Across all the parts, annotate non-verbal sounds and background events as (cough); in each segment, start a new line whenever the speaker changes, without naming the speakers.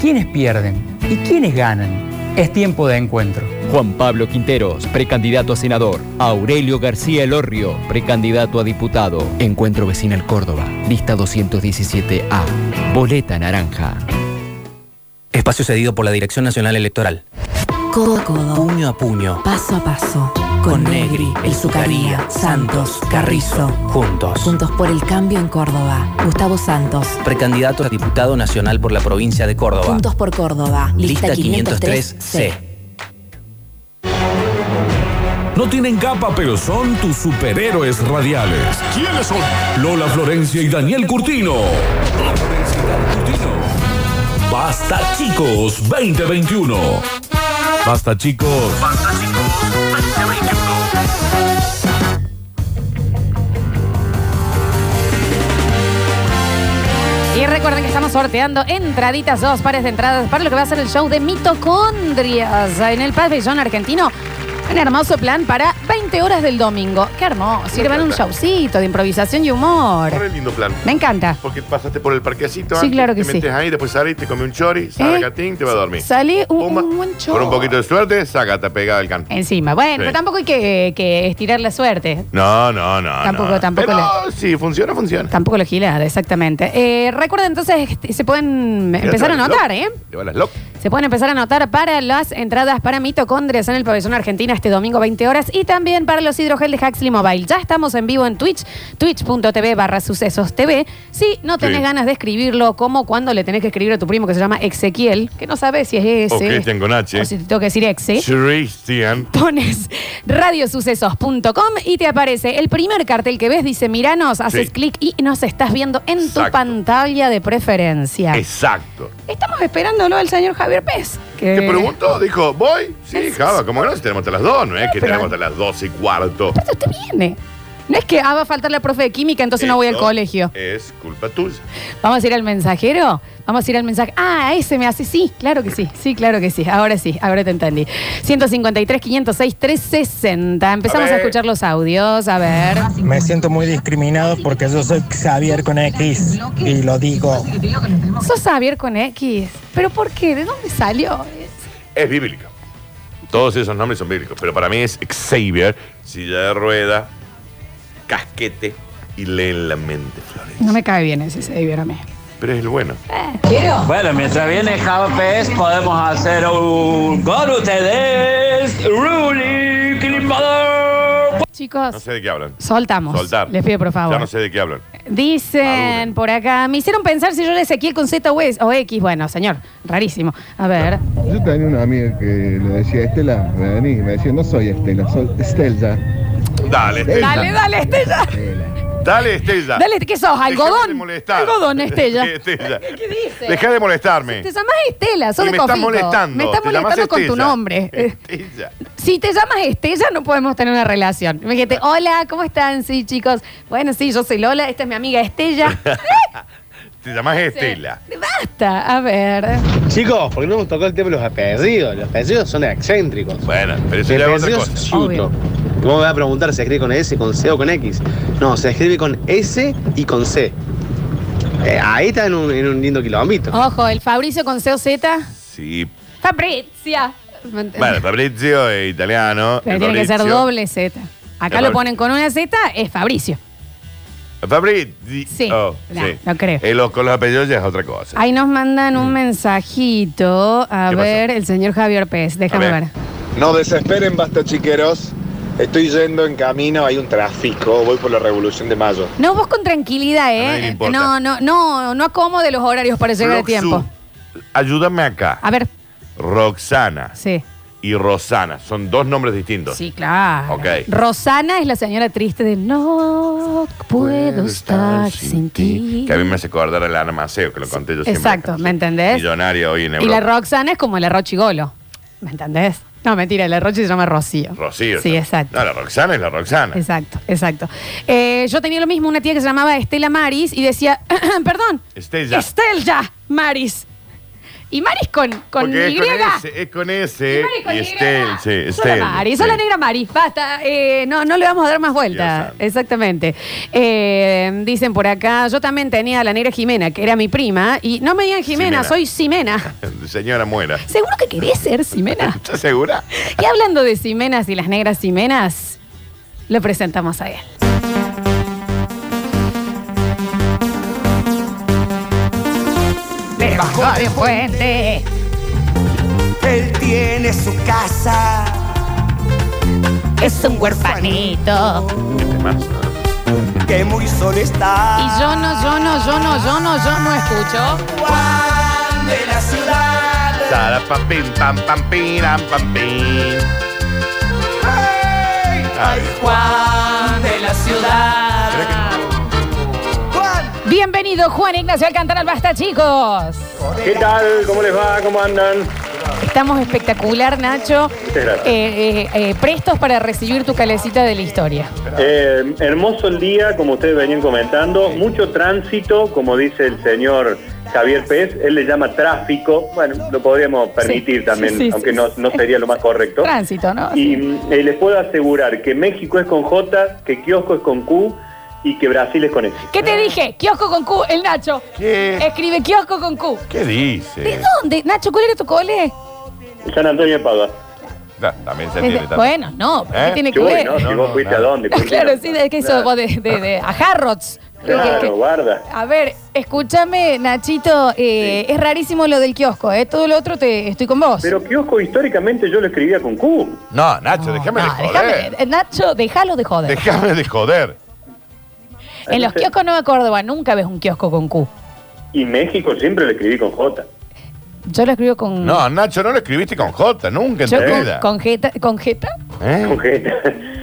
quiénes pierden y quiénes ganan. Es tiempo de encuentro.
Juan Pablo Quinteros, precandidato a senador. Aurelio García Elorrio, precandidato a diputado. Encuentro Vecinal Córdoba, lista 217A. Boleta naranja.
Espacio cedido por la Dirección Nacional Electoral.
Codo a codo,
Puño a puño.
paso a paso,
Con
con
Negri,
Negri, El Zucaría, Santos, Carrizo.
Juntos.
Juntos por el cambio en Córdoba, Gustavo Santos.
Precandidato a diputado nacional por la provincia de Córdoba.
Juntos por Córdoba, lista, 503 C.
No tienen capa, pero son tus superhéroes radiales.
¿Quiénes son?
Lola Florencia y Daniel Curtino. Basta chicos 2021. Basta chicos.
Y recuerden que estamos sorteando entraditas, dos pares de entradas para lo que va a ser el show de mitocondrias en el pabellón argentino. Un hermoso plan para 20 horas del domingo. Qué hermoso. Ir a ver un
encanta.
showcito de improvisación y
Re
humor.
lindo plan.
Me encanta.
Porque pasaste por el parquecito.
Sí,
antes,
claro que
Te metes
sí. Eh,
ahí, después salís, te comes un chori, salgatín, te vas a dormir.
Salí un,
Pumba.
un buen show.
Con un poquito de suerte, sácate pegada al canto.
Encima. Bueno,
Sí.
pero tampoco hay que, que estirar la suerte.
No, no, no.
Tampoco-
no.
tampoco
Pero si funciona, funciona.
Tampoco lo gilar, exactamente. Eh, recuerden entonces, que se pueden
Mira,
empezar a
te vas
anotar, ¿eh?
loco. Te vas loco.
Se pueden empezar a anotar para las entradas para mitocondrias en el pabellón argentina este domingo 20 horas y también para los hidrogel de Huxley Mobile. Ya estamos en vivo en Twitch, twitch.tv barra sucesos TV. Si no tenés
Sí.
ganas de escribirlo, como cuando le tenés que escribir a tu primo que se llama Ezequiel, que no sabe si es ese.
O Cristian con H.
O si te tengo que decir Exe
Christian.
pones radiosucesos.com y te aparece el primer cartel que ves, dice miranos, haces
Sí.
clic y nos estás viendo en tu
Exacto.
pantalla de preferencia.
Exacto.
Estamos esperándolo al señor Javier Pérez. Que
Te preguntó, dijo, ¿voy? Sí,
Eh. Es-
Java, como que no, si tenemos hasta las 2, ¿no es que
pero-
tenemos hasta las 12 y cuarto?
Aparte, usted viene. No es que ah, va a faltar la profe de química, entonces no voy al
Eso
colegio.
Es culpa tuya.
Vamos a ir al mensajero. Vamos a ir al mensaje. Ah, ese me hace. Sí, claro que sí. Sí, claro que sí. Ahora sí, ahora te entendí. 153, 506, 360. Empezamos a,
A ver.
escuchar los audios. A ver.
Me siento muy discriminado porque yo soy Xavier con X y lo digo.
Sos Javier con X. ¿Pero por qué? ¿De dónde salió?
Es bíblico. Todos esos nombres son bíblicos, pero para mí es Xavier, silla de rueda, casquete y lee en la mente, Flores.
No me cae bien ese Xavier a mí.
Pero es el bueno.
Bueno, mientras viene Javapes, podemos hacer un con ustedes Ruli Climador.
Chicos,
No sé de qué hablan.
soltamos.
Soltar.
Les pido por favor.
Ya no sé de qué hablan.
Dicen
Maduren.
por acá, me hicieron pensar si yo era Ezequiel con Z o, es- o X. Bueno, señor, rarísimo. A ver.
Yo tenía una amiga que le decía Estela, me venía y me decía, no soy Estela, soy Estelza.
Dale, Estella.
Dale, dale, Estella.
Dale, Estella.
Dale, ¿qué sos?
Dejá de
¿Algodón?
molestar. (laughs)
Algodón, Estella.
Estella.
¿Qué dice?
Deja de molestarme.
Te llamás Estela, sos
Y
de
me estás
Cofito.
molestando.
Me estás
Te llamás
molestando con tu
Estella.
nombre. Eh,
Estella.
Si te llamas Estella, no podemos tener una relación. Me dijiste, hola, ¿cómo están? Sí, chicos. Bueno, sí, yo soy Lola, esta es mi amiga
(laughs)
Estella.
Te llamás Estela.
Basta, a ver.
Chicos, ¿por qué no hemos tocado el tema de los apellidos? Los apellidos son excéntricos.
Bueno, pero eso
El
ya es otra
apellido
cosa.
es Yuto.
Obvio.
¿Cómo me va a preguntar si se escribe con S, ¿Este con C o con X? No, se escribe con S y con C. Eh, ahí está en un, en un lindo kilómetro.
Ojo, el Fabricio con C o Z.
Sí.
Fabrizia. ¿Me entendés?
Bueno, Fabrizio es italiano.
Pero
el
tiene que ser
Fabrizio-
doble Z. Acá
El
lo
Fabri-
ponen con una Z, es Fabricio.
Fabrizio. oh,
Sí, no, no creo.
Eh, los- con los apellidos ya es otra cosa.
Ahí nos mandan un mensajito. A
Mm. ¿Qué pasó?
ver, el señor Javier Pérez. Déjame
A
ver.
ver.
No desesperen, basta chiqueros. Estoy yendo en camino, hay un tráfico, voy por la Revolución de Mayo.
No, vos con tranquilidad,
nadie le
¿eh?
importa.
No, no, no, no acomode los horarios para llegar a
Roxu,
tiempo.
Ayúdame acá.
A ver,
Roxana
sí.
y Rosana son dos nombres distintos.
Sí, claro.
Ok.
Rosana es la señora triste de No puedo estar sin ti.
Que a mí me hace acordar al armaceo, que lo conté yo siempre.
Exacto, ¿me entendés?
Millonaria hoy en
Y
Europa.
la Roxana es como la Rochigolo. ¿Me entendés? No, mentira, la Rochi se llama Rocío.
Rocío.
Sí,
¿no?
exacto.
No, la Roxana es la Roxana.
Exacto, exacto. Eh, yo tenía lo mismo, una tía que se llamaba Estela Maris y decía, (clears throat) perdón,
Estella.
Estella Maris. Y Maris con, con
Porque
Y.
es con S, es con S.
Mari con
Y
Y.
Estel, sí,
Sola
Estel.
Mari, sola
sí.
negra Mari. Basta, eh, no, no le vamos a dar más vuelta. Exactamente. Eh, dicen por acá, yo también tenía a la negra Jimena, que era mi prima, y no me digan Jimena,
Ximena.
soy Simena.
Señora muera.
¿Seguro que querés ser Simena?
¿Estás segura?
Y hablando de Simenas y las negras Simenas, lo presentamos a él. De Bajó de Fuente.
Él tiene su casa.
Es un huerfanito.
Que muy solo está.
Y yo no, yo no, yo no, yo no, yo no escucho.
Juan de la ciudad.
Sara, pam, pim, pam, pam, piram, pam, pim. Ay,
Juan de la ciudad.
Bienvenido, Juan Ignacio Alcántara al Basta, chicos.
¿Qué tal? ¿Cómo les va? ¿Cómo andan?
Estamos espectacular, Nacho.
Muchas gracias.
Eh, eh, eh, prestos para recibir tu calecita de la historia.
Eh, hermoso el día, como ustedes venían comentando. Mucho tránsito, como dice el señor Javier Pérez. Él le llama tráfico. Bueno, lo podríamos permitir también,
sí, sí,
aunque
sí,
no, no sería lo más correcto.
Tránsito, ¿no?
Y mm, eh, les puedo asegurar que México es con J, que Kiosco es con Q y que Brasil es con S.
¿Qué te dije? Kiosco con Q, el Nacho. Escribe kiosco con Q.
¿Qué
¿De
dice?
dónde? Nacho, ¿cuál era tu cole?
San Antonio de Padua.
Da, también se entiende también.
Bueno, no, pero ¿qué tiene que
Uy,
ver? (laughs)
no, si vos fuiste a dónde. ¿por qué
Eh. Claro,
no?
sí, es que eso vos de, de- de- a Harrods.
Claro,
Que- que-
guarda.
a ver, escúchame, Nachito, eh, es rarísimo lo del kiosco, ¿eh? Todo lo otro te, estoy con vos.
Pero kiosco históricamente yo lo escribía con Q.
No, Nacho, déjame de
Déjame,
joder.
eh, Nacho, déjalo de joder.
Déjame de joder.
En los kioscos Nueva Córdoba nunca ves un kiosco con Q.
Y México siempre lo escribí con J.
Yo lo escribo con.
No, Nacho, no lo escribiste con J, nunca en tu
Mm. yo con,
vida.
con jeta, con jeta, (laughs)
¿Eh?
Con J.
yo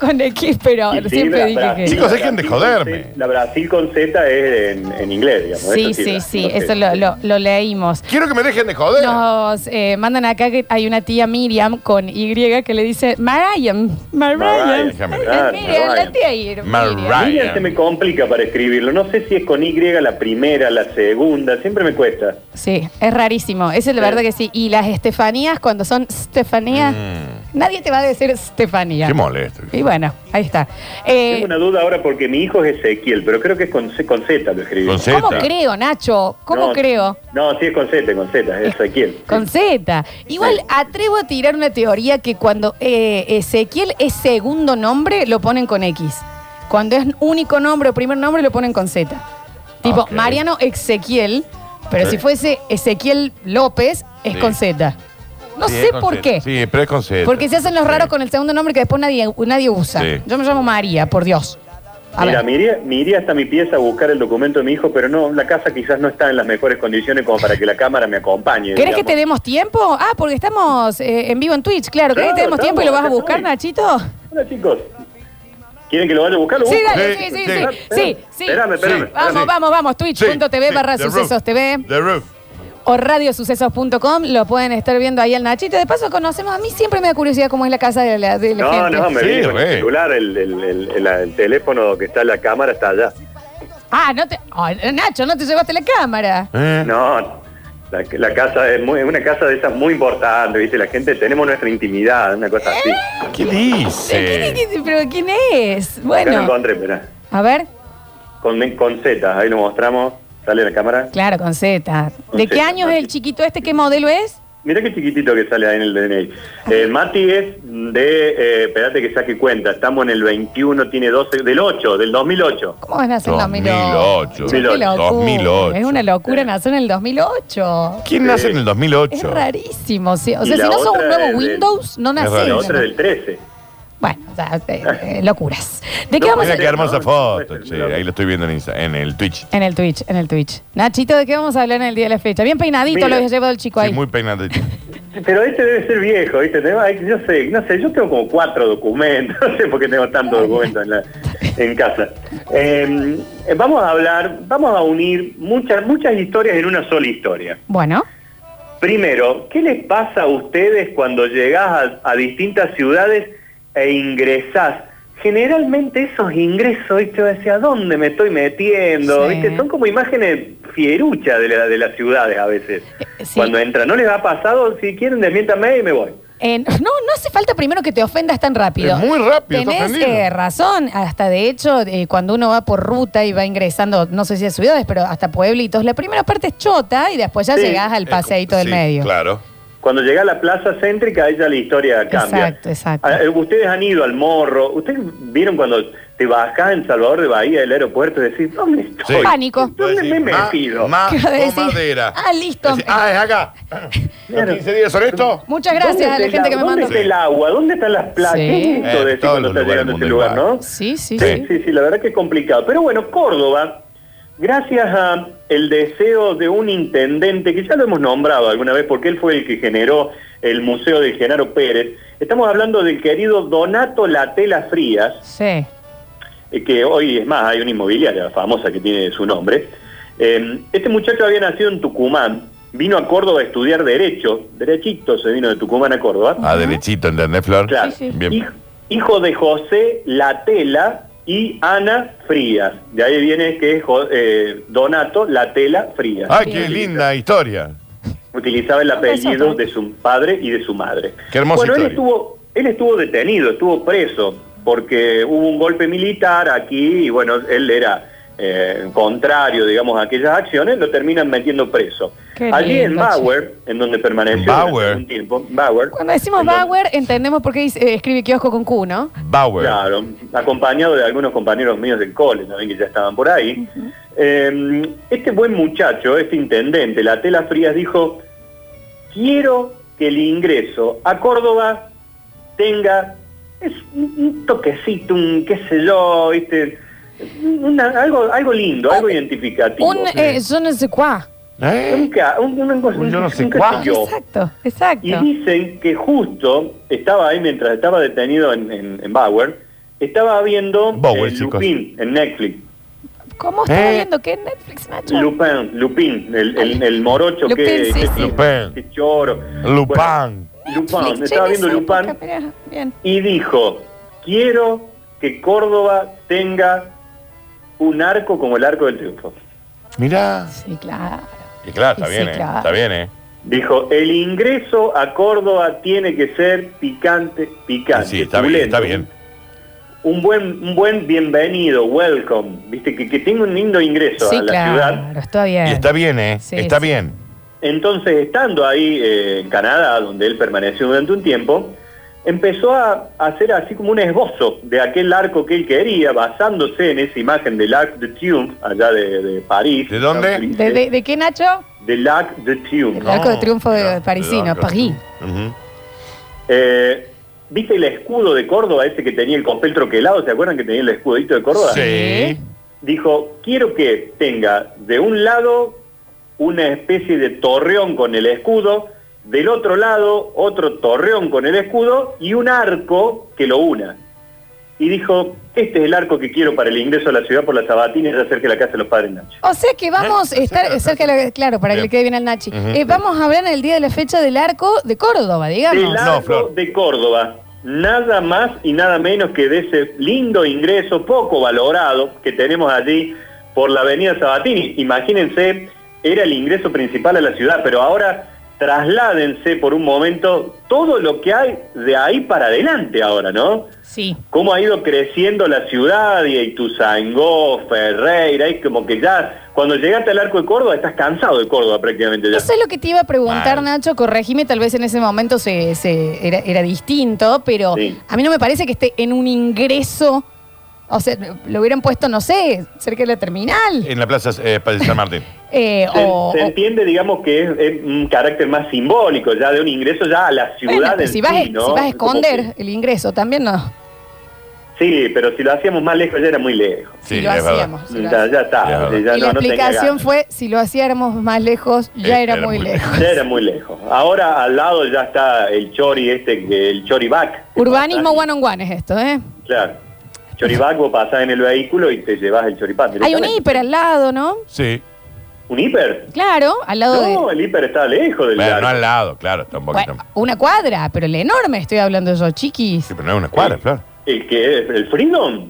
con X, pero
Y sí,
siempre
la
dije que.
Brasil- la Brasil con Z- La Brasil con Z es en, en inglés, digamos.
Sí,
eso
sí,
la-
sí,
no sé.
eso lo, lo- lo leímos.
Quiero que me dejen de joder.
Nos eh, mandan acá que hay una tía Miriam con Y que le dice Mariam. Mariam.
Déjame de-
Claro,
Miriam,
Mariam.
la tía ir.
Mira, se me complica para escribirlo. No sé si es con Y la primera, la segunda, siempre me cuesta.
Sí, es rarísimo. Eso es la verdad que sí. Y las Estefanías, cuando son Estefanía, nadie te va a decir Estefanía.
Mm. Qué molesto.
Y bueno, ahí está. Eh,
Tengo una duda ahora porque mi hijo es Ezequiel, pero creo que es con, C- con Z lo escribí.
Con
¿Cómo creo, Nacho? ¿Cómo
No,
creo?
No, sí es con Z, con Z, es Ezequiel.
Con Z. Igual atrevo a tirar una teoría que cuando eh, Ezequiel es segundo nombre, lo ponen con X. Cuando es único nombre o primer nombre, lo ponen con Z. Tipo,
Ok.
Mariano Ezequiel, pero
Sí.
si fuese Ezequiel López, es
Sí.
con Z. No
Sí,
sé
es con
por
Z.
qué.
Sí, pero es con Z.
Porque se hacen los raros con el segundo nombre que después nadie, nadie usa.
Sí.
Yo me llamo María, por Dios. A
Mira,
ver.
me iría, me iría hasta mi pieza a buscar el documento de mi hijo, pero no, la casa quizás no está en las mejores condiciones como para que la cámara me acompañe.
¿Querés que
digamos.
te demos tiempo? Ah, porque estamos eh, en vivo en Twitch, claro. ¿Querés que te
Claro,
demos tiempo y lo vas a
estamos,
buscar,
acá
Nachito?
Bueno, chicos, ¿quieren que lo vaya a buscar? Lo
Sí,
busco.
dale, sí, sí, sí. Sí, sí.
Espérame, espérame.
Vamos, vamos, vamos. Twitch.tv
sí,
barra
The Roof.
sucesos TV
The Roof.
o radiosucesos.com. Lo pueden estar viendo ahí al Nachito. De paso, conocemos. A mí siempre me da curiosidad cómo es la casa de la, de la
No,
gente.
no, me
Sí,
vine con el
re.
celular, el, el- el- el- el teléfono que está en la cámara está allá.
Ah, no te. ay, Nacho, no te llevaste la cámara.
¿Eh?
No, la, la casa es muy, una casa de esas muy importante, ¿viste? La gente, tenemos nuestra intimidad, una cosa así.
Eh,
¿Qué
(laughs) ¿Quién
dice?
es- ¿Pero quién es?
Acá lo
Bueno,
encontré, espera.
a ver.
Con, con Z, ahí lo mostramos, sale la cámara.
Claro, con Z.
Con
¿De qué
Z,
año es el chiquito este? ¿Qué modelo es?
Mira qué chiquitito que sale ahí en el DNI. Eh, Mati es de, eh, espérate que saque cuenta, estamos en el 21, tiene 12, del 8, del 2008.
¿Cómo van a hacer
2008.
2008? Qué locura.
2008.
Es una locura nacer en el 2008.
¿Quién nace en el
Es
2008?
rarísimo. sí. O
Y
sea, si
la
no sos un
otra
nuevo
es del-
Windows, no
es
nacés.
raro.
La otra del 13.
Bueno, o sea, eh, eh,
(laughs)
locuras. ¿De qué
No,
vamos a
Mira qué
hablar?
hermosa
No,
foto,
no,
che.
no.
Ahí lo estoy viendo en, Insta- en el Twitch.
En el Twitch, en el Twitch. Nachito, ¿de qué vamos a hablar en el día de la fecha? Bien peinadito
Mira.
lo habías llevado el chico ahí.
Sí, muy peinadito.
Pero este debe ser viejo, ¿viste? Tengo- ay, Yo sé, no sé, yo tengo como cuatro documentos, (laughs) no sé por qué tengo tantos documentos en, la- en casa. Eh, eh, vamos a hablar, vamos a unir muchas, muchas historias en una sola historia.
Bueno,
Primero, ¿qué les pasa a ustedes cuando llegás a, a distintas ciudades e ingresás generalmente esos ingresos, ¿viste? yo decía, ¿a dónde me estoy metiendo?
Sí.
¿Viste? Son como imágenes fieruchas de, la- de las ciudades a veces.
sí.
Cuando entran, no les ha pasado, si quieren desmiéntame y me voy.
Eh, (laughs) no, no hace falta primero que te ofendas tan rápido.
Es muy rápido, está
Tenés
ofendido.
eh, razón. Hasta de hecho, eh, cuando uno va por ruta y va ingresando, no sé si a ciudades, pero hasta pueblitos, la primera parte es chota y después ya
Sí.
llegás al (laughs) paseíto del
Eh, sí,
medio.
Claro.
Cuando llega a la plaza céntrica, ahí ya la historia cambia.
Exacto, exacto.
Ah, eh, Ustedes han ido al morro, ustedes vieron cuando te bajás en Salvador de Bahía del aeropuerto y decís, ¿dónde estoy?
Pánico.
¿Dónde me he metido?
ma-
¿Qué vas a decir?
madera.
Ah, listo.
Ah, es acá.
Claro.
¿Los 15 días son esto?
Muchas gracias a la gente que me
¿Dónde
manda.
está el agua? ¿Dónde están las placas?
Sí.
¿Qué es esto
En
de decir
Eh, todos
cuando
los
estás llegando a ese
lugares
lugar,
del
no?
Sí, sí,
sí, sí, sí, la verdad que es complicado. Pero bueno, Córdoba, gracias a el deseo de un intendente, que ya lo hemos nombrado alguna vez, porque él fue el que generó el Museo de Genaro Pérez, estamos hablando del querido Donato Latela Frías,
Sí.
eh, que hoy es más, hay una inmobiliaria famosa que tiene su nombre. Eh, este muchacho había nacido en Tucumán, vino a Córdoba a estudiar Derecho, derechito se vino de Tucumán a Córdoba.
A Ah, derechito, ¿entendés, Flor?
Claro.
Bien.
Hij- Hijo de José Latela y Ana Frías. De ahí viene que es Jo- eh, Donato Latela Frías.
Ah, qué linda historia.
Utilizaba el apellido de su padre y de su madre.
Qué hermosa
Bueno, él
historia.
estuvo, él estuvo detenido, estuvo preso, porque hubo un golpe militar aquí y bueno, él era eh, contrario, digamos, a aquellas acciones, lo terminan metiendo preso.
Qué
Allí en
lindo, che.
Bauer, en donde permaneció durante un tiempo, Bauer.
Cuando decimos Bauer, entendemos por qué dice- eh, escribe kiosco con Q, ¿no?
Bauer.
Claro, acompañado de algunos compañeros míos del cole también que ya estaban por ahí. Eh, este buen muchacho, este intendente, la Tela Frías, dijo, quiero que el ingreso a Córdoba tenga es un, un toquecito, un qué sé yo, ¿viste? Una- algo, algo lindo, algo identificativo.
Oh, Un eh, yo no sé cuá.
¿Eh?
Un ca- un- un- un-
yo no sé
un qué
cuá.
sé yo.
Exacto, exacto.
Y dicen que justo estaba ahí mientras estaba detenido en, en- en Bauer, estaba viendo
Bauer,
eh,
chicos.
Lupin en Netflix.
¿Cómo está
Eh.
viendo que Netflix, Nacho?
Lupin, Lupin, el, el- el morocho
Lupin,
que,
sí,
que-
sí.
Lupin.
que choro.
Lupin.
Bueno, Lupin,
Netflix,
estaba
che, en
viendo
esa
Lupin
época, mirá, Bien.
y dijo, quiero que Córdoba tenga un arco como el arco del triunfo.
Mirá.
Sí, claro.
Y claro, está
Sí,
bien,
sí,
¿eh?
claro.
Está bien, ¿eh?
Dijo, el ingreso a Córdoba tiene que ser picante, picante.
Sí, está bien,
suculento".
está bien.
Un buen, un buen bienvenido, welcome, viste, que, que tenga un lindo ingreso
Sí,
a la ciudad.
claro, está bien.
Y está bien, ¿eh?
Sí,
está
sí.
bien.
Entonces, estando ahí eh, en Canadá, donde él permaneció durante un tiempo, empezó a hacer así como un esbozo de aquel arco que él quería, basándose en esa imagen del Arc de Triomphe, allá de, de París. ¿De dónde?
¿De, de, de qué, Nacho?
Del Arc de Triomphe.
El arco de triunfo de parisino,
del Arco de
París.
Eh, ¿Viste el escudo de Córdoba, ese que tenía el copel troquelado? ¿Se acuerdan que tenía el escudito de Córdoba?
Sí.
Dijo, quiero que tenga de un lado una especie de torreón con el escudo, del otro lado otro torreón con el escudo y un arco que lo una. Y dijo, este es el arco que quiero para el ingreso a la ciudad por las sabatines y hacer que la casa de los padres Nacho.
O sea que vamos a estar cerca de la, Claro, para que le quede bien al Nachi.
Eh, Ujú.
Eh, vamos a hablar en el día de la fecha del arco de Córdoba, digamos.
El arco de Córdoba. Nada más y nada menos que de ese lindo ingreso poco valorado que tenemos allí por la avenida Sabatini. Imagínense, era el ingreso principal a la ciudad, pero ahora trasládense por un momento todo lo que hay de ahí para adelante ahora, ¿no?
Sí.
Cómo ha ido creciendo la ciudad y Ituzaingó, Ferreira, y como que ya cuando llegaste al arco de Córdoba estás cansado de Córdoba prácticamente ya.
Eso es lo que te iba a preguntar, Nacho, corregime, tal vez en ese momento se, se- era, era distinto, pero
Sí.
a mí no me parece que esté en un ingreso, o sea, lo hubieran puesto, no sé, cerca de la terminal.
En la plaza eh, Plaza San Martín.
Eh,
Se,
o,
se
o-
entiende, digamos, que es, es un carácter más simbólico, ya de un ingreso ya a la ciudad.
bueno, pero
en
si, vas,
sí,
a-
¿no?
si vas a
Como
esconder el ingreso, también no.
que- sí, pero si lo hacíamos más lejos ya era muy lejos.
Sí, lo es verdad. hacíamos, sí lo
Ya, ya está. ya
y la
no- no tenía
explicación
ganas.
fue, si lo hacíamos más lejos, ya
Este
Eh,
era, muy, lejos.
Ya era muy lejos. Ahora al lado ya está el chori este, que- el choribac.
Urbanismo one on one es esto, ¿eh?
Claro. Choribac vos pasás en el vehículo y te llevas el choripán.
Hay un
directamente.
hiper al lado, ¿no?
Sí.
¿Un hiper?
Claro, al lado de...
No, el hiper está lejos del
Bueno,
arco.
no al lado, claro, está un poquito.
Bueno, una cuadra, pero el enorme estoy hablando yo, chiquis.
Pero no es una cuadra, Flor.
¿El que es? ¿El Freedom?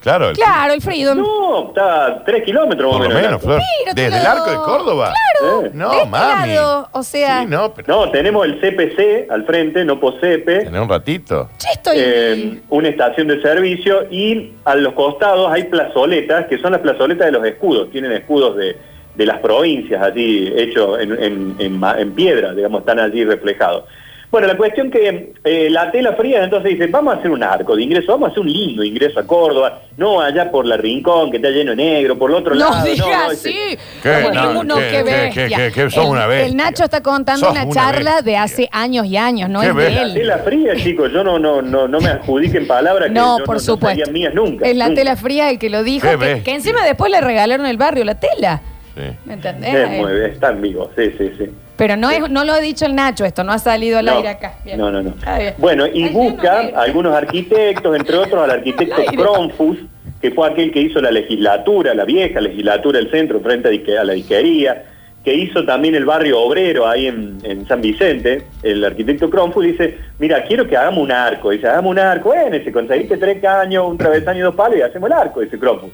Claro, el
Claro, el Freedom.
No, está a 3 kilómetros más
Por
o
lo menos, Flor.
Pero te
Desde
lo-
el arco de Córdoba.
Claro.
Eh.
No,
de este
mami.
lado, o sea,
no,
No, tenemos el CPC al frente, no posepe.
Tené un ratito.
che, estoy.
eh, una estación de servicio y a los costados hay plazoletas, que son las plazoletas de los escudos, tienen escudos de, de las provincias allí hechos en, en- en ma- en piedra, digamos, están allí reflejados. Bueno, la cuestión que eh, la tela fría entonces dice, vamos a hacer un arco de ingreso, vamos a hacer un lindo ingreso a Córdoba, no allá por la Rincón, que está lleno de negro, por el otro
no
lado.
diga
este-
así.
¿Qué?
Como
No,
ninguno,
¿qué,
qué
qué,
bestia.
qué, qué, qué? Sos
el,
una bestia.
el Nacho está contando
Sos
una
una
charla de hace años y años, no
Qué
es de
bestia.
La
él.
tela fría, chicos, yo no, no, no, no me adjudiquen palabras que
No,
yo
por
no,
supuesto.
no serían mías nunca.
Es la
nunca.
tela fría el que lo dijo,
Qué
que,
bestia.
que encima después le regalaron el barrio la tela.
Sí.
¿Me entendés?
Es muy bien, está en vivo, sí, sí, sí.
Pero no, es, no lo ha dicho el Nacho esto, no ha salido al
No,
aire acá. Bien.
No, no, no.
Está bien.
Bueno, y
Ay,
busca
yo no
a algunos arquitectos, entre otros al
(laughs)
arquitecto
Al aire.
Cronfus, que fue aquel que hizo la legislatura, la vieja legislatura del centro frente a disque- a la disquería, que hizo también el barrio obrero ahí en, en San Vicente. El arquitecto Cronfus dice, mira, quiero que hagamos un arco. Dice, hagamos un arco. Bueno, si conseguiste tres caños, un travesaño y dos palos y hacemos el arco, dice Cronfus.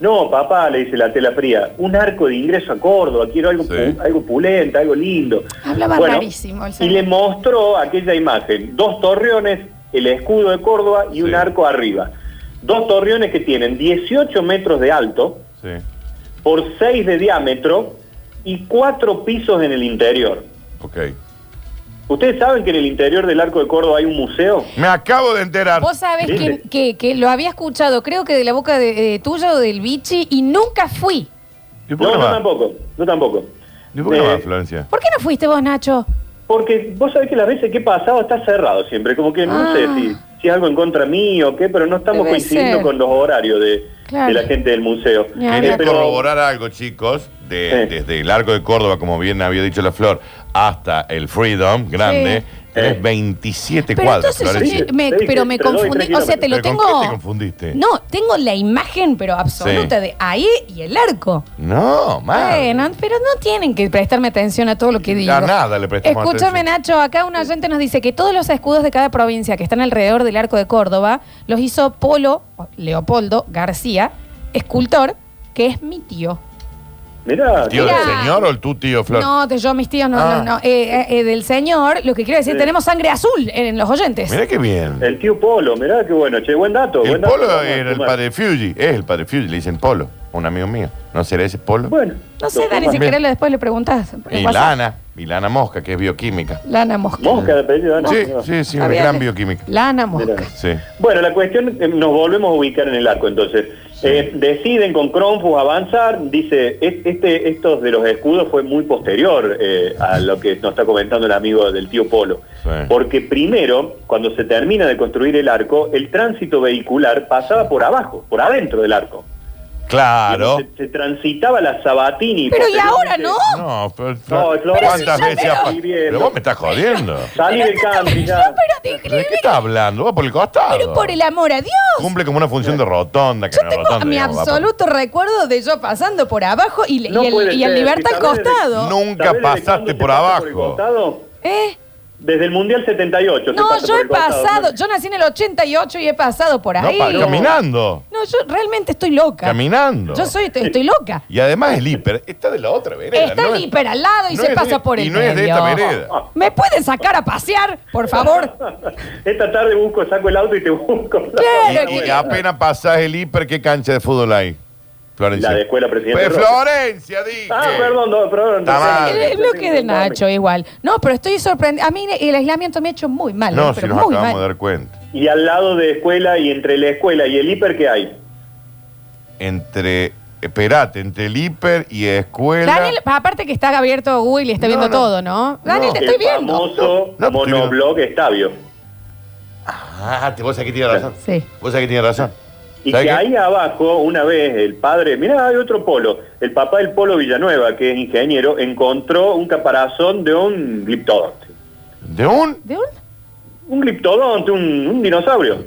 No, papá, le dice la tela fría, un arco de ingreso a Córdoba, quiero algo, pu- algo pulenta, algo lindo.
Hablaba
Bueno,
rarísimo el
y
señor.
le mostró aquella imagen, dos torreones, el escudo de Córdoba y un arco arriba. Dos torreones que tienen 18 metros de alto
Sí.
por 6 de diámetro y cuatro pisos en el interior.
Ok.
¿Ustedes saben que en el interior del arco de Córdoba hay un museo?
Me acabo de enterar.
Vos sabés que,
Dime.
que, que lo había escuchado, creo que de la boca de, de tuya o del bichi, y nunca fui.
¿Y por
No,
qué
yo
no va?
tampoco, yo tampoco.
¿Y por qué no
Eh,
va, Florencia?
¿Por qué no fuiste vos, Nacho?
Porque vos sabés que las veces que he pasado está cerrado siempre, como que no
Ah.
sé si, si es algo en contra mío o qué, pero no estamos
Debe
coincidiendo
ser.
con los horarios de,
Claro.
de la gente del museo.
Ni
Eh,
hablar.
Quería
pero-
corroborar algo, chicos, de-
Sí.
desde el Arco de Córdoba, como bien había dicho la Flor, hasta el Freedom, grande, tenés
Sí.
27
Pero
cuadros,
entonces,
Florencia.
eh, me-
Te dije,
pero me
te doy tres
confundí, o sea, te lo
¿Pero
tengo...
¿Con qué te confundiste?
No, tengo la imagen, pero absoluta,
Sí.
de ahí y el arco.
No, mal.
Bueno, pero no tienen que prestarme atención a todo lo que digo.
Ah. A nada le prestamos
Escúchame,
atención.
Nacho, acá un oyente nos dice que todos los escudos de cada provincia que están alrededor del arco de Córdoba los hizo Polo, o Leopoldo García, escultor, que es mi tío.
Mirá,
¿Tío
Mira.
del señor o el tu tío, Flor?
No, de yo, mis tíos, no,
Ah.
no, no. Eh, eh, eh, del señor, lo que quiero decir,
Sí.
tenemos sangre azul en, en los oyentes.
Mirá qué bien.
El tío Polo, mirá qué bueno, che, buen dato.
El
buen dato.
Polo
Vamos a
era el
sumar.
padre de Fuji, es el padre de Fuji, le dicen Polo, un amigo mío. ¿No será ese Polo?
Bueno.
No sé,
lo
Dani,
sumamos.
si querés le- después le preguntás. por
y
WhatsApp.
Lana, y Lana Mosca, que es bioquímica.
Lana Mosca.
Mosca de apellido, Dani.
Sí,
Mirá.
sí, sí,
Está
una
bien.
gran bioquímica.
Lana Mosca.
Mirá.
Sí.
Bueno, la cuestión, eh, nos volvemos a ubicar en el arco, entonces. Eh, deciden con Cronfus avanzar, dice, es- este, estos de los escudos fue muy posterior eh, a lo que nos está comentando el amigo del tío Polo.
Sí.
Porque primero, cuando se termina de construir el arco, el tránsito vehicular pasaba por abajo, por adentro del arco.
Claro.
Se, se transitaba la Sabatini.
Pero y ahora
posteriormente-
no.
No, pero,
Flor,
si ya
¿cuántas veces
me lo-
ha pa-
Viviendo.
Pero vos me estás jodiendo.
Salí del country ya.
Pero te-
¿De qué estás hablando? Va por el costado.
pero por el amor a Dios.
Cumple como una función de rotonda, que
Yo
no es
tengo
rotonda,
mi
digamos, va por-
absoluto recuerdo de yo pasando por abajo y, le-
No
y el,
puede
y el
ser,
libertad
si
al
sabés de-
costado.
Nunca
¿Sabés desde cuándo
pasaste
se
por
pasa el
abajo.
costado?
¿Eh?
Desde el Mundial 78. se
No,
pasa
yo
por
he
el costado.
pasado, yo nací en el 88 y he pasado por
No,
ahí.
pa- caminando.
No, yo realmente estoy loca.
Caminando.
Yo soy, estoy, estoy loca.
Y además el hiper está de la otra vereda.
Está
(laughs) no
el
es-
hiper al lado y
no
se
es
pasa
de-
por el
Y no es de esta
medio.
vereda.
¿Me pueden sacar a pasear, por favor?
(laughs)
(laughs)
Esta tarde busco, saco el auto y te busco.
(laughs) Claro
Y, y
que-
apenas pasás el hiper, ¿qué cancha de fútbol hay? Florencia.
La de Escuela Presidente
Pues
Roca.
Florencia, dije.
Ah, perdón, no, perdón.
Está mal.
El bloque de Nacho, igual. No, pero estoy sorprendida. A mí el aislamiento me ha hecho muy mal. eh,
No, si
pero
nos
muy
acabamos
mal.
de dar cuenta.
Y al lado de escuela y entre la escuela y el hiper, ¿qué hay?
Entre, esperate, entre el hiper y escuela.
Daniel, aparte que está abierto Google y está
No,
viendo
no.
todo, ¿no? Daniel,
No.
te estoy
el
viendo.
famoso
No, no,
monobloc Estavio.
Ah, te- vos sabés que tiene razón.
Sí.
Vos sabés que tiene razón.
Y que
¿Sabés qué?
ahí abajo, una vez, el padre, mirá, hay otro polo. El papá del polo Villanueva, que es ingeniero, encontró un caparazón de un gliptodonte.
¿De un?
¿De un?
Un gliptodonte, un, un dinosaurio.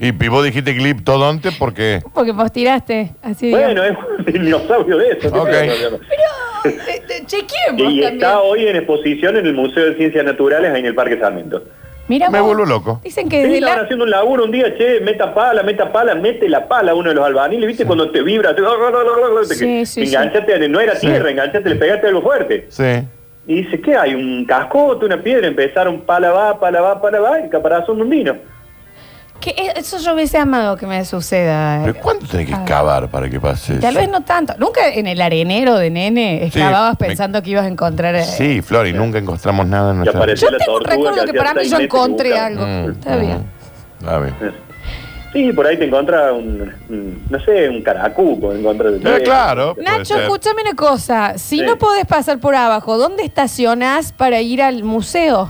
Y, y vos dijiste gliptodonte porque.
Porque vos tiraste así.
Bueno, es un (laughs) dinosaurio de eso. ¿qué
Ok.
pasa?
(laughs)
digamos. Eh, eh, chequeemos
Y
también.
está hoy en exposición en el Museo de Ciencias Naturales ahí en el Parque Sarmiento.
Mira
Me
vos.
vuelvo loco.
Dicen que
Sí,
desde
estaban
la...
haciendo un laburo un día, che, meta pala, meta pala, mete la pala a uno de los albaniles, ¿viste? Cuando te vibra, te, te-
Sí, sí,
enganchate, no era tierra, enganchate, le pegaste algo fuerte.
Sí.
Y dice, ¿qué hay? ¿Un cascote, una piedra? Empezaron pala va, pala va, pala va, y caparazón de un vino.
que eso yo hubiese amado que me suceda. eh.
¿Pero cuánto tenés que cavar para que pase
Tal
eso?
vez no tanto. Nunca en el arenero de nene
Sí,
excavabas
me-
pensando que ibas a encontrar. eh,
Sí, Flori, nunca encontramos nada en nuestra
apareció
Yo tengo un recuerdo que para mí yo encontré algo.
Mm,
Está bien.
A ver.
Sí, por ahí te encontrás un, un- no sé, un caracuco. encontrás-
Eh, claro.
Nacho,
puede ser.
escúchame una cosa. Si
Sí.
no podés pasar por abajo, ¿dónde estacionás para ir al museo?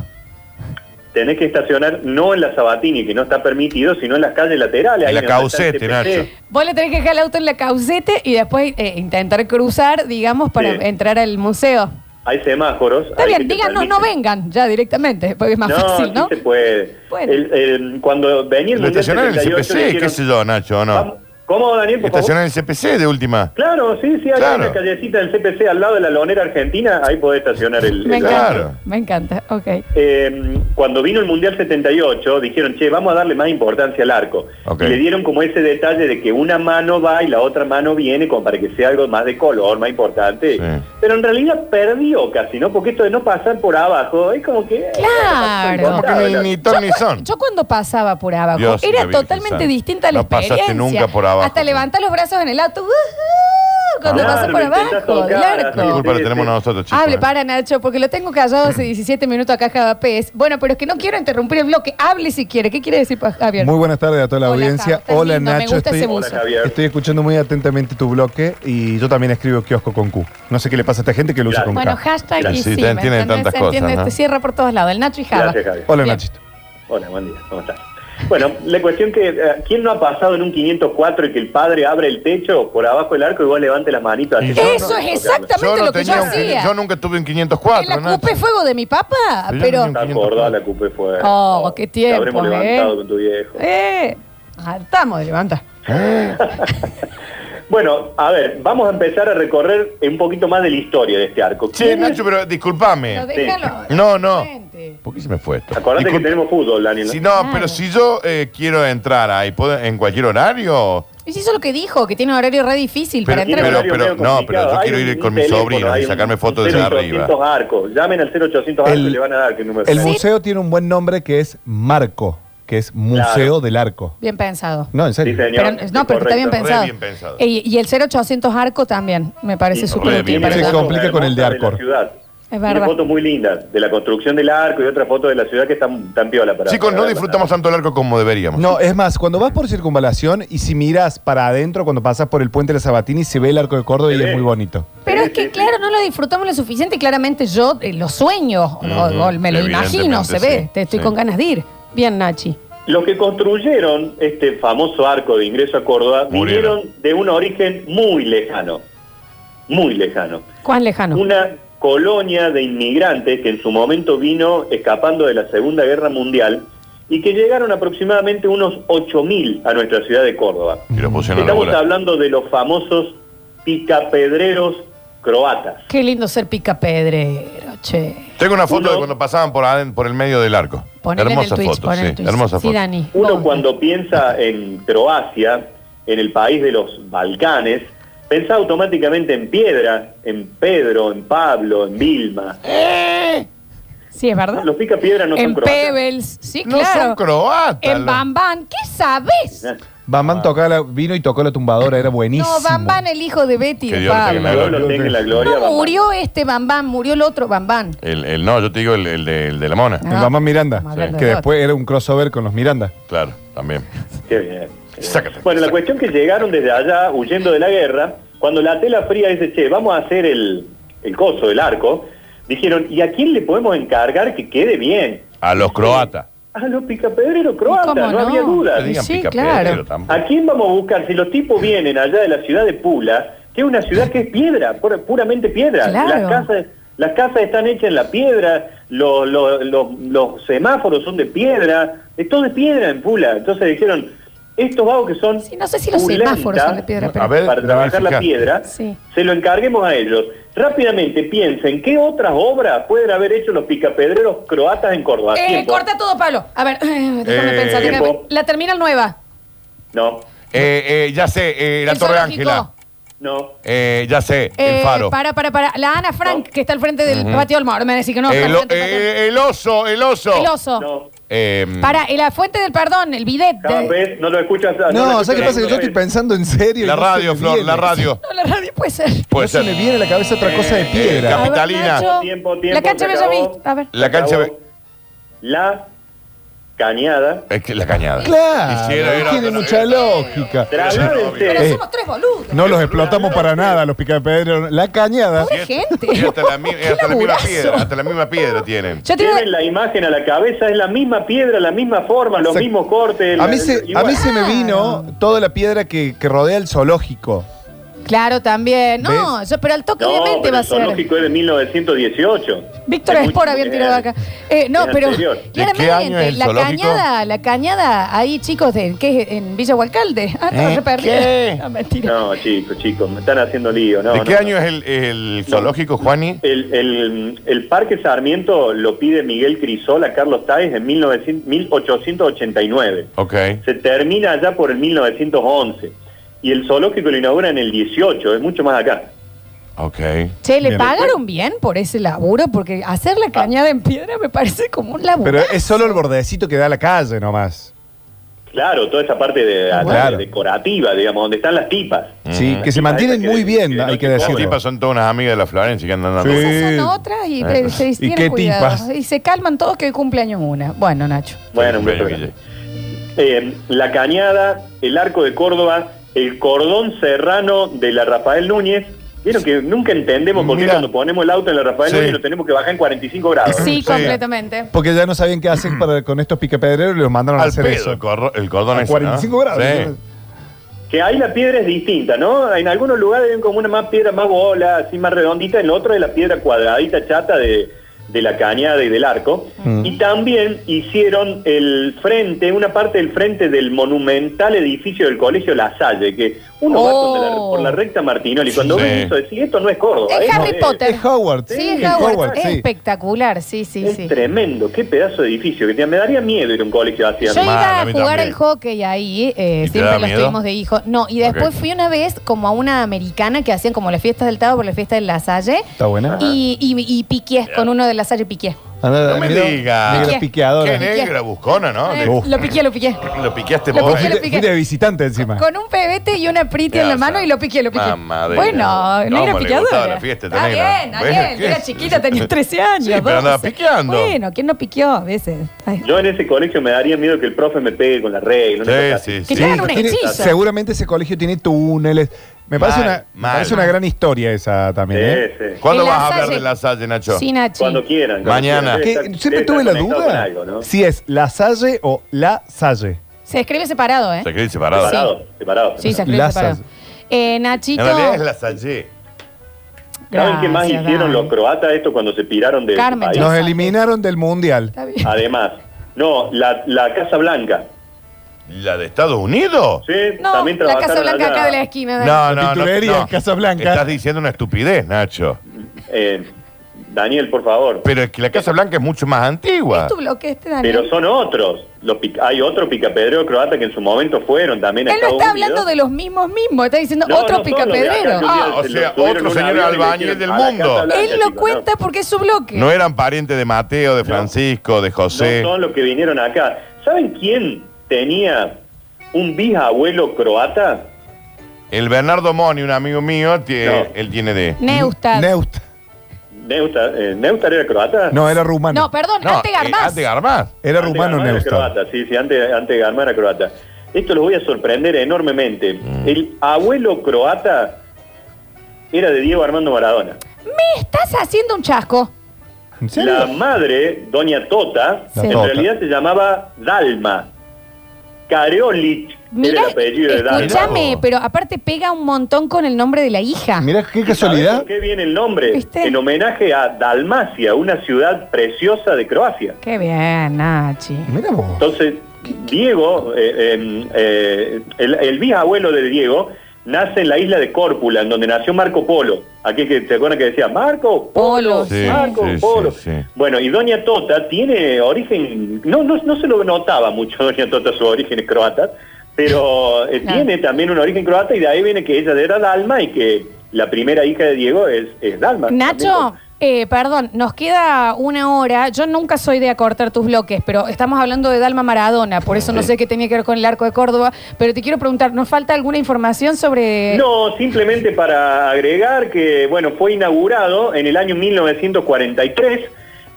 Tenés que estacionar no en la Sabatini, que no está permitido, sino en las calles laterales.
En
ahí
la
donde está el
Caucete,
TPC.
Nacho.
Vos le tenés que dejar el auto en la caucete y después eh, intentar cruzar, digamos, para
Sí.
entrar al museo.
Hay semáforos.
Está
ahí
bien,
que te
díganos, no
permiten.
vengan ya directamente, porque es más
no,
fácil, ¿no?
sí se puede.
Bueno.
El- el- cuando venía el
Lo
Mundial
estacionaron en el
78
CPC, qué
dijeron,
sé yo, Nacho, ¿o no?
¿Cómo, Daniel, por favor?
Estacionaron en el CPC de última.
Claro, sí, sí, hay
Claro.
una callecita del CPC al lado de la lonera argentina, ahí podés estacionar el...
Me
el-
encanta,
Claro.
me encanta, ok.
Eh, cuando vino el Mundial 78, dijeron, che, vamos a darle más importancia al arco.
Ok.
Y le dieron como ese detalle de que una mano va y la otra mano viene, como para que sea algo más de color, más importante.
Sí.
Pero en realidad perdió casi, ¿no? Porque esto de no pasar por abajo es como que... eh,
Claro.
no pasó
Porque ni,
nada.
ni ton ni son.
Yo cuando pasaba por abajo
Dios y la
era
Virgen
totalmente
Santa.
distinta a la
No pasaste
experiencia.
nunca por abajo.
Hasta levantar los brazos en el auto. ¡Woohoo! Cuando
Ah,
pasas
lo
por
intentás
abajo, del
tocar,
arco.
sí.
La culpa la tenemos nosotros, chicos.
Hable
eh.
para Nacho, porque lo tengo callado hace 17 minutos acá Javapés. Bueno, pero es que no quiero interrumpir el bloque. Hable si quiere. ¿Qué quiere decir pa- Javier?
Muy buenas tardes a toda la
Hola,
audiencia.
Javi, estás
Hola
lindo, me
Nacho,
gusta ese
estoy,
buzo.
Hola, Javier.
estoy escuchando muy atentamente tu bloque y yo también escribo kiosco con Q. No sé qué le pasa a esta gente que lo usa con
Bueno,
K.
hashtag y
Gracias.
sí,
Sí,
¿me
tienen
entendés?
tantas
Se
cosas,
entiende,
¿no?
se cierra por todos lados. El Nacho y Java.
Gracias, Javier.
Hola
Bien.
Nachito.
Hola, buen día, ¿cómo estás? Bueno, la cuestión que, eh, ¿quién no ha pasado en un 504 y que el padre abre el techo por abajo del arco y vos levante las manitas? así?
Eso
No, no,
es
no,
exactamente
Yo no
lo que yo
tenía un
hacía.
quini- yo nunca tuve un
en la
504, Nacho.
cupé fuego de mi papá,
Yo no
pero...
tenía
Te acordás la cupé fue.
Oh, qué tiempos,
Te habremos
eh.
levantado con tu viejo.
Eh, hartamos de levantar.
Bueno, a ver, vamos a empezar a recorrer un poquito más de la historia de este arco.
Che, Nacho, pero discúlpame.
Pero déjalo.
No, no.
Gente.
¿Por qué se me fue esto?
Acordate que
Disculpa-
tenemos fútbol, Daniel.
Si no, pero si yo eh, quiero entrar ahí, ¿puedo en cualquier horario?
Es eso lo que dijo, que tiene un horario re difícil
Pero-
para entrar.
pero-
Horario medio
no, pero yo
complicado.
quiero
Hay
ir
un
con mis
teléfono,
sobrinos
hay
y
un
sacarme fotos desde
0800
arriba.
arcos. Llamen al 0800 arcos y
El-
le van a dar que número
El
es.
museo tiene un buen nombre que es Marco, que es Museo
Claro.
del Arco.
Bien pensado.
No, en
Sí,
serio.
señor.
Pero- no, pero está bien
Correcto.
pensado.
Re bien pensado.
Y, y el 0800 Arco también, me parece
Sí,
súper
re
útil.
bien
para
pensado.
todo.
Se complica con el de Arcor.
la ciudad.
Es
Tiene
verdad.
fotos muy lindas de la construcción del arco y otra foto de la ciudad que está tan piola para.
Chicos, no
para-
disfrutamos tanto el arco como deberíamos.
No, es más, cuando vas por circunvalación y si miras para adentro, cuando pasas por el puente de la Sabatini, se ve el arco de Córdoba
Se
y
ve.
es muy bonito.
Pero es que,
este,
claro, no lo disfrutamos lo suficiente y claramente yo eh, lo sueño, o- o, me lo
Evidentemente,
imagino, se ve.
sí,
Te estoy
sí.
con ganas de ir. Bien, Nachi.
Los que construyeron este famoso arco de ingreso a Córdoba
Murieron.
vinieron de un origen muy lejano, muy lejano.
¿Cuán lejano?
Una colonia de inmigrantes que en su momento vino escapando de la Segunda Guerra Mundial y que llegaron aproximadamente unos 8.000 a nuestra ciudad de Córdoba.
Y los pusieron a
Estamos
volar.
hablando de los famosos picapedreros croatas.
Qué lindo ser picapedrero, che.
Tengo una foto
Uno-
de cuando pasaban por, aden- por el medio del arco.
Ponele en el
hermosa
Twitch,
foto,
ponele en
sí.
el Twitch.
Hermosa
Sí,
foto.
Dani.
Uno
vos.
cuando piensa en Croacia, en el país de los Balcanes, piensa automáticamente en piedra, en Pedro, en Pablo, en Vilma.
Sí, es verdad.
Los pica piedra no son
¿Eh? en
croatas.
Pebbles, sí,
No
claro.
son croatas.
En
los-
Bambán, ¿qué sabes?
Bamban tocaba la- vino y tocó la tumbadora, era buenísimo.
No, Bambán, el hijo de Betty
Que
de
Dios lo tenga
Pablo.
en la
Dios lo tenga en la gloria.
No
Bambán.
murió este Bambán, murió el otro Bambán.
El, el- no, yo te digo el, el de, el de la mona.
El
Ah,
Bambán Miranda,
estamos hablando
que
de
después era un crossover con los Miranda.
Claro, también.
Qué bien. qué bien.
Sácate,
bueno, la
sácate.
cuestión que llegaron desde allá, huyendo de la guerra, cuando la tela fría dice, che, vamos a hacer el, el coso, el arco, dijeron, ¿y a quién le podemos encargar que quede bien?
A los croatas.
A los picapedreros croatas,
¿Cómo
no, había
no?
duda.
Le digan
Sí,
pica
claro.
pedrero tampoco.
¿A quién vamos a buscar? Si los tipos vienen allá de la ciudad de Pula, que es una ciudad que es piedra, pura- puramente piedra.
Claro.
Las, casas, las casas están hechas en la piedra, los, los- los- los semáforos son de piedra, es todo de piedra en Pula. Entonces dijeron, estos vagos que son...
Sí, no sé si los
pulentas
semáforos son de piedra, pero-
A ver,
para
a ver,
trabajar la
fija.
piedra,
Sí.
se lo encarguemos a ellos. rápidamente piensen qué otras obras pueden haber hecho los picapedreros croatas en Córdoba.
Eh,
Tiempo.
corta todo, Pablo. A ver, (laughs) déjame
Eh,
pensar. déjame-
tiempo.
La terminal nueva.
No.
Eh, eh, ya sé, eh, la
El
Torre
zoológico.
Ángela.
No.
Eh, ya sé,
Eh,
el faro.
Para, para, para. La Ana Frank, que está al frente del
Ujú.
patio del Moro. Me decís que no. está al
el, o-
frente del patio del-
eh, el oso, el oso.
El oso.
Eh,
Para, y la fuente del perdón, el bidet. de-
Cada vez no lo escuchas.
No,
lo
¿sabes qué
escuchas.
pasa? Que yo estoy pensando en serio. y
La
no se
radio,
me
Flor,
viene.
la radio.
No, la radio puede ser.
Puede
no se
ser.
me viene a la cabeza otra cosa de piedra.
eh, Capitalina.
A ver, Nacho,
Tiempo, tiempo,
la cancha
se
Bella
acabó.
Vista. A ver.
La cancha.
Acabó. La cañada.
Es que la cañada.
Claro,
Y si era- era-
tiene
era-
mucha lógica.
Pero hablar en serio.
Pero
Eh,
somos tres boludos.
No los explotamos para nada, los picapedreros. La cañada.
Pobre gente.
Y hasta
(laughs)
la, mi-
Qué
hasta la misma
laburazo.
piedra, hasta la misma piedra tienen.
Yo tengo...
Tienen la imagen a la cabeza, es la misma piedra, la misma forma, los
Exacto.
mismos cortes.
A
la-
mí, se, a
igual.
mí se me vino toda la piedra que, que rodea el zoológico.
Claro, también. No,
¿Ves?
yo, pero al toque
No,
obviamente
pero
va a
el
ser.
zoológico es de 1918.
Víctor
Es
Espor
mucho-
había tirado
eh,
acá. Eh, no,
es
pero
anterior.
¿De qué año es
claramente,
el
la
zoológico?
cañada, la cañada, ahí chicos, de, ¿qué es? ¿En Villa Hualcalde? Ah, no,
¿Eh?
se perdió.
¿Qué?
(laughs) No, mentira.
No, chicos, chicos, me están haciendo lío. No,
¿De
no,
qué
no.
año es el, el zoológico, Juani?
El, el- el Parque Sarmiento lo pide Miguel Crisol a Carlos Táez en 1900 1889.
Ok.
Se termina allá por el 1911. Y el zoológico lo inaugura en el 18, es mucho más acá.
Ok.
Che, ¿le
Bien.
pagaron bien por ese laburo? Porque hacer la cañada en piedra me parece como un laburo.
Pero es solo el bordecito que da a la calle nomás.
Claro, toda esa parte de,
Claro.
de- decorativa, digamos, donde están las tipas.
Sí, que se mantienen muy bien, hay que
Las
decirlo.
tipas son todas unas amigas de la Florencia que andan andando.
Sí.
Esas son otras y eh, se
¿Y
tienen
qué
cuidado.
tipas?
Y se calman todos que hoy cumpleaños una. Bueno, Nacho.
Bueno, un beso grande. Eh, la Cañada, el Arco de Córdoba, el Cordón Serrano de la Rafael Núñez. Vieron que nunca entendemos por qué
Mirá.
cuando ponemos el auto en la Rafael
Sí.
Núñez lo tenemos que bajar en 45 grados.
Sí,
Sí.
completamente.
Porque ya no sabían qué (clears throat) hacer para, con estos picapedreros y los mandaron a
Al
hacer
pedo,
eso.
el, corro- el cordón
A
ese,
45
¿no?
grados.
Sí.
Que ahí la piedra es distinta, ¿no? En algunos lugares hay como una más piedra más bola, así más redondita, en otro es la piedra cuadradita chata de, de la cañada y del arco.
Mm.
Y también hicieron el frente, una parte del frente del monumental edificio del Colegio La Salle, que uno va
Oh.
con la- por la recta Martinoli. Cuando
Sí.
ve eso, decís, esto no es Córdoba.
Es
esto
Harry Potter.
Es Howard.
Sí,
es
es Howard.
Howard,
es
sí.
espectacular, sí, sí,
Es
sí.
tremendo, qué pedazo de edificio. que te- Me daría miedo ir a un colegio así.
Yo
Mal,
iba
a
a
mí
jugar
también.
al hockey ahí, eh,
¿Y te
siempre
daba
los
miedo?
tuvimos de hijo. No, y después
Ok.
fui una vez como a una americana que hacían como las fiestas del Tado por la fiesta de La Salle.
Está buena.
Y, y, y piqué con uno de La Salle, piqué.
Anda,
No me
mira,
digas.
negra
Piqué.
Qué
piqueadora.
negra, buscona, ¿no?
Eh,
Le-
lo piqué, lo piqué.
Lo piqueaste
Lo
vos.
piqué,
¿eh?
lo
Fuiste-
piqué.
fuiste de visitante encima.
Con un pebete y una priti en la
Casa.
mano y lo piqué, lo piqué.
Mamadera.
Bueno, no era
¿Cómo le gustaba
piqueadora.
la fiesta,
Está
tenés, ¿no?
bien, está
Bueno,
bien.
¿qué?
Era chiquita, tenía 13 años.
Sí, pero andaba
12.
piqueando.
Bueno, ¿quién no piqueó a veces? Ay.
Yo en ese colegio me daría miedo que el profe me pegue con la regla. una cosa así.
Sí, sí,
Que
sí.
te hagan un
Tiene-
hechizo.
seguramente ese colegio tiene túneles. Me parece,
Mal,
una, me
mal.
parece una gran historia esa también. ¿eh?
Sí, sí.
¿Cuándo
En la
vas a hablar
Salle.
de la Salle, Nacho?
Sí, Nachi.
Cuando quieran.
Mañana.
Debe
Que
estar- debe
siempre
estar
tuve la
conectado con
duda
algo, ¿no?
si es la Salle o la Salle.
Se escribe separado, ¿eh?
Se cree separado.
Separado, separado.
Sí, se escribe
Lazas.
separado. Eh, Nachito.
En realidad es la Salle.
¿Saben qué más
Gracias, Dani.
hicieron los croatas esto cuando se piraron de
Carmen,
país?
ya.
Nos
Salle.
eliminaron del mundial.
Está
Ah,
bien.
Además, no, la, la Casa Blanca.
¿La de Estados Unidos?
Sí,
No,
también
la Casa
trabajaron
Blanca
allá.
acá de la esquina. Dani.
No, no, no.
Pinturería,
no.
Casablanca.
Estás diciendo una estupidez, Nacho.
Eh, Daniel, por favor.
Pero es que la Casa Blanca es mucho más antigua.
Es tu bloque este, Daniel.
Pero son otros. Los pic- hay otro picapedrero croata que en su momento fueron también a
Él no
Estados
está
Unidos.
hablando de los mismos mismos, está diciendo
No,
otro
no son los de acá,
picapedrero.
que un
Ah,
día
Ah, o
se
sea,
los subieron
otro
en un
señor
avión y le
albañil
dijeron,
del
"A la
mundo".
Casa Blanca,
él lo
chicos, ¿no?
cuenta porque es su bloque.
No eran parientes de Mateo, de
No.
Francisco, de José.
No son los que vinieron acá. ¿Saben quién tenía un bisabuelo croata?
El Bernardo Moni, un amigo mío, tie-
No.
él tiene de.
Neustad.
Neut.
Neuta, eh, ¿Neutar era croata?
No, era rumano.
no, perdón,
No,
Ante Garbaz.
eh, Ante Garbaz.
era
Ante
rumano
Garmar era
Neustad.
croata, sí, sí, antes, antes Garmar era croata. Esto los voy a sorprender enormemente.
Mm.
El abuelo croata era de Diego Armando Maradona.
Me estás haciendo un chasco.
¿En
La
serio?
madre, doña Tota,
Sí.
en
Tota.
realidad se llamaba Dalma. Kareolic era
Mira,
el apellido de Dalma.
escúchame,
Mirá.
pero aparte pega un montón con el nombre de la hija.
Mira qué
¿Sabés
casualidad.
por qué viene el nombre?
¿Viste?
En homenaje a Dalmacia, una ciudad preciosa de Croacia.
Qué bien, Nachi.
Mira vos.
em, Entonces, Diego, eh, eh, eh, el, el bisabuelo de Diego, nace en la isla de Córpula, en donde nació Marco Polo. Aquí que se acuerdan que decía Marco Polo,
Sí,
Marco
sí,
Polo.
sí, sí.
Bueno, y Doña Tota tiene origen, no, no, no se lo notaba mucho (laughs) Doña Tota sus orígenes croatas, pero eh,
Ah.
tiene también un origen croata y de ahí viene que ella era Dalma y que la primera hija de Diego es, es Dalma.
Nacho, eh, perdón, nos queda una hora. Yo nunca soy de acortar tus bloques, pero estamos hablando de Dalma Maradona, por eso no sé qué tenía que ver con el arco de Córdoba, pero te quiero preguntar, ¿nos falta alguna información sobre...
No, simplemente para agregar que, bueno, fue inaugurado en el año 1943.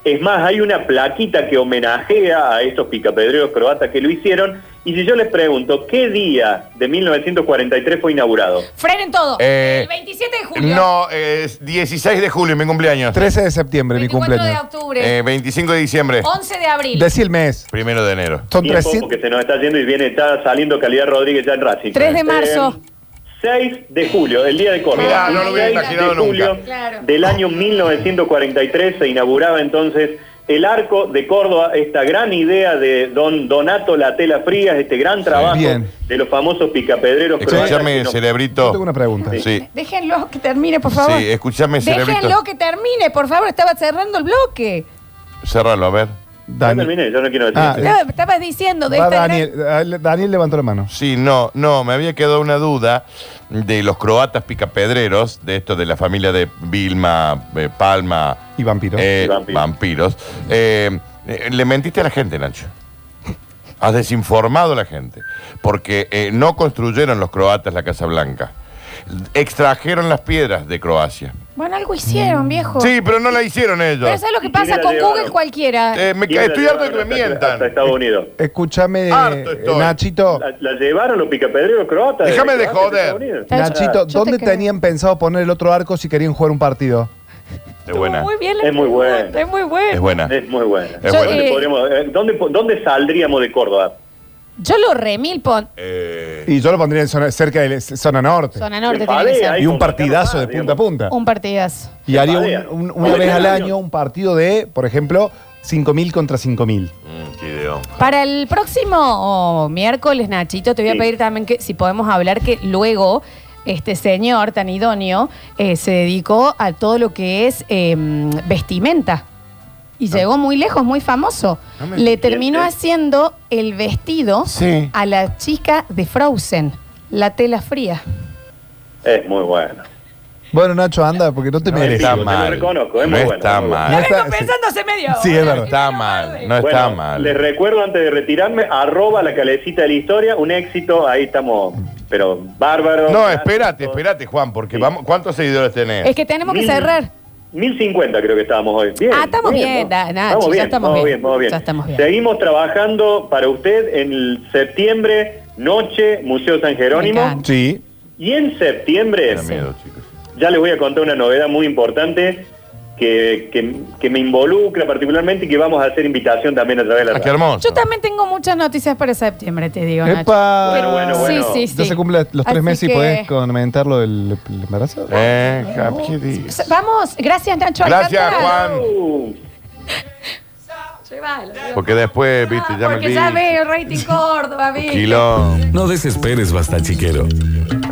Es más, hay una plaquita que homenajea a estos picapedreros croatas que lo hicieron. Y si yo les pregunto, ¿qué día de 1943 fue inaugurado?
Frenen todo.
Eh,
el 27 de julio.
No, es 16 de julio, mi cumpleaños.
13 de septiembre, mi
4 de
cumpleaños.
octubre. Oh.
Eh, 25 de diciembre.
11 de abril.
Decí el mes.
Primero de enero.
Son
Tiempo,
300.
porque se nos está yendo y viene, está saliendo Calidad Rodríguez ya en Racing.
3 de marzo.
Eh, 6 de julio, el día de Córdoba.
Mirá, no lo hubiera
6 de
imaginado nunca.
julio Del año 1943 se inauguraba entonces el Arco de Córdoba, esta gran idea de don Donato La Tela Frías, este gran trabajo
Bien.
de los famosos picapedreros
Escúchame,
croatas que nos-
cerebrito.
Tengo una pregunta.
Sí,
Déjenlo que termine, por favor.
sí, escúchame,
Déjenlo
cerebrito.
que termine, por favor. Estaba cerrando el bloque.
Cérralo, a ver.
Ya terminé, yo no quiero decir.
Ah,
eso.
eh,
No, estabas diciendo de
va
esta gran-
Daniel, Daniel- eh, Daniel levantó la mano.
Sí, no, no, me había quedado una duda de los croatas picapedreros, de esto de la familia de Vilma, eh, Palma,
Y vampiro.
eh,
Y vampiros.
vampiros. Eh, eh, le mentiste a la gente, Nacho. Has desinformado a la gente. Porque eh, no construyeron los croatas la Casa Blanca. Extrajeron las piedras de Croacia.
Bueno, algo hicieron, viejo.
Sí, pero no la hicieron ellos.
Pero ¿sabes lo que
¿Y quién
pasa?
la
Con
llevaron?
Google cualquiera.
Eh, me ca-
¿Quién la
estoy harto de que me
llevaron hasta-
mientan.
Hasta Estados Unidos.
Escúchame,
Harto
eh,
estoy.
Nachito.
La, la llevaron los picapedreros croatas.
Déjame
desde
de
Croacia a
joder.
Estados Unidos.
Nachito,
Yo te
¿dónde
creo.
tenían pensado poner el otro arco si querían jugar un partido?
Es buena.
Muy bien, la
Es muy
pregunta,
bueno.
Es muy bueno.
Es buena.
Ah, Es muy buena.
Es
Yo,
buena.
¿Dónde
eh,
podríamos- eh, ¿Dónde, po- dónde saldríamos de Córdoba?
Yo lo remil pon.
Eh,
Y yo lo pondría en zona- cerca de la zona norte.
Zona Norte
en
tiene que
Palea,
ser.
ahí.
Y un
Con
partidazo de
Ricardo
punta a
Paz,
punta.
Un partidazo.
Y haría
Padea.
un- un- una
Con
vez al
Ricardo
año un partido de, por ejemplo, 5.000 contra 5.000.
mm, qué ideón.
Para el próximo oh, miércoles, Nachito, te voy a
Sí.
pedir también que si podemos hablar que luego este señor tan idóneo eh, se dedicó a todo lo que es eh, vestimenta. Y
Ah.
llegó muy lejos, muy famoso.
No me
Le terminó
mientes.
haciendo el vestido
Sí.
a la chica de Frozen, la tela fría.
Es muy bueno.
Bueno, Nacho, anda, porque no te
No
mereces.
está
te lo
mal.
reconozco, es
no
muy bueno,
está
es muy bueno.
mal.
No está-
Pensándose medio.
Sí, es verdad.
No está mal. No está
Bueno,
mal.
Les recuerdo antes de retirarme, arroba la calecita de la historia, un éxito, ahí estamos, pero bárbaro.
No, espérate, espérate, Juan, porque
Sí.
vamos, ¿cuántos seguidores tenés?
Es que tenemos que
Mil-
cerrar.
1050 creo que estábamos hoy. Bien,
Ah, estamos bien,
¿no?
da- Nacho,
estamos
ya
bien,
estamos
estamos
bien,
bien, estamos bien.
ya estamos bien.
Seguimos trabajando para usted en el septiembre, noche, Museo San
Me
Jerónimo.
encanta.
Sí.
Y en septiembre,
Da miedo, chicos.
Ya les voy a contar una novedad muy importante que, que- que me involucra particularmente y que vamos a hacer invitación también a través de la
Ah, qué
radio.
hermoso.
Yo también tengo muchas noticias para septiembre, te digo. Nacho.
¡Epa!
Bueno, bueno, bueno.
Sí, sí, sí.
Ya se cumplen los tres
Así
meses
que-
y podés comentar lo del el embarazo.
Eh, cap- ¿qué dices?
Vamos, gracias Nacho.
Gracias,
Alcántara.
Juan.
Uh,
Llévalo, llévalo. Ah,
Porque después, viste, ya me
Porque ya
olvidé.
veo el rating Córdoba, ¿viste?
Quilón.
No desesperes, basta chiquero.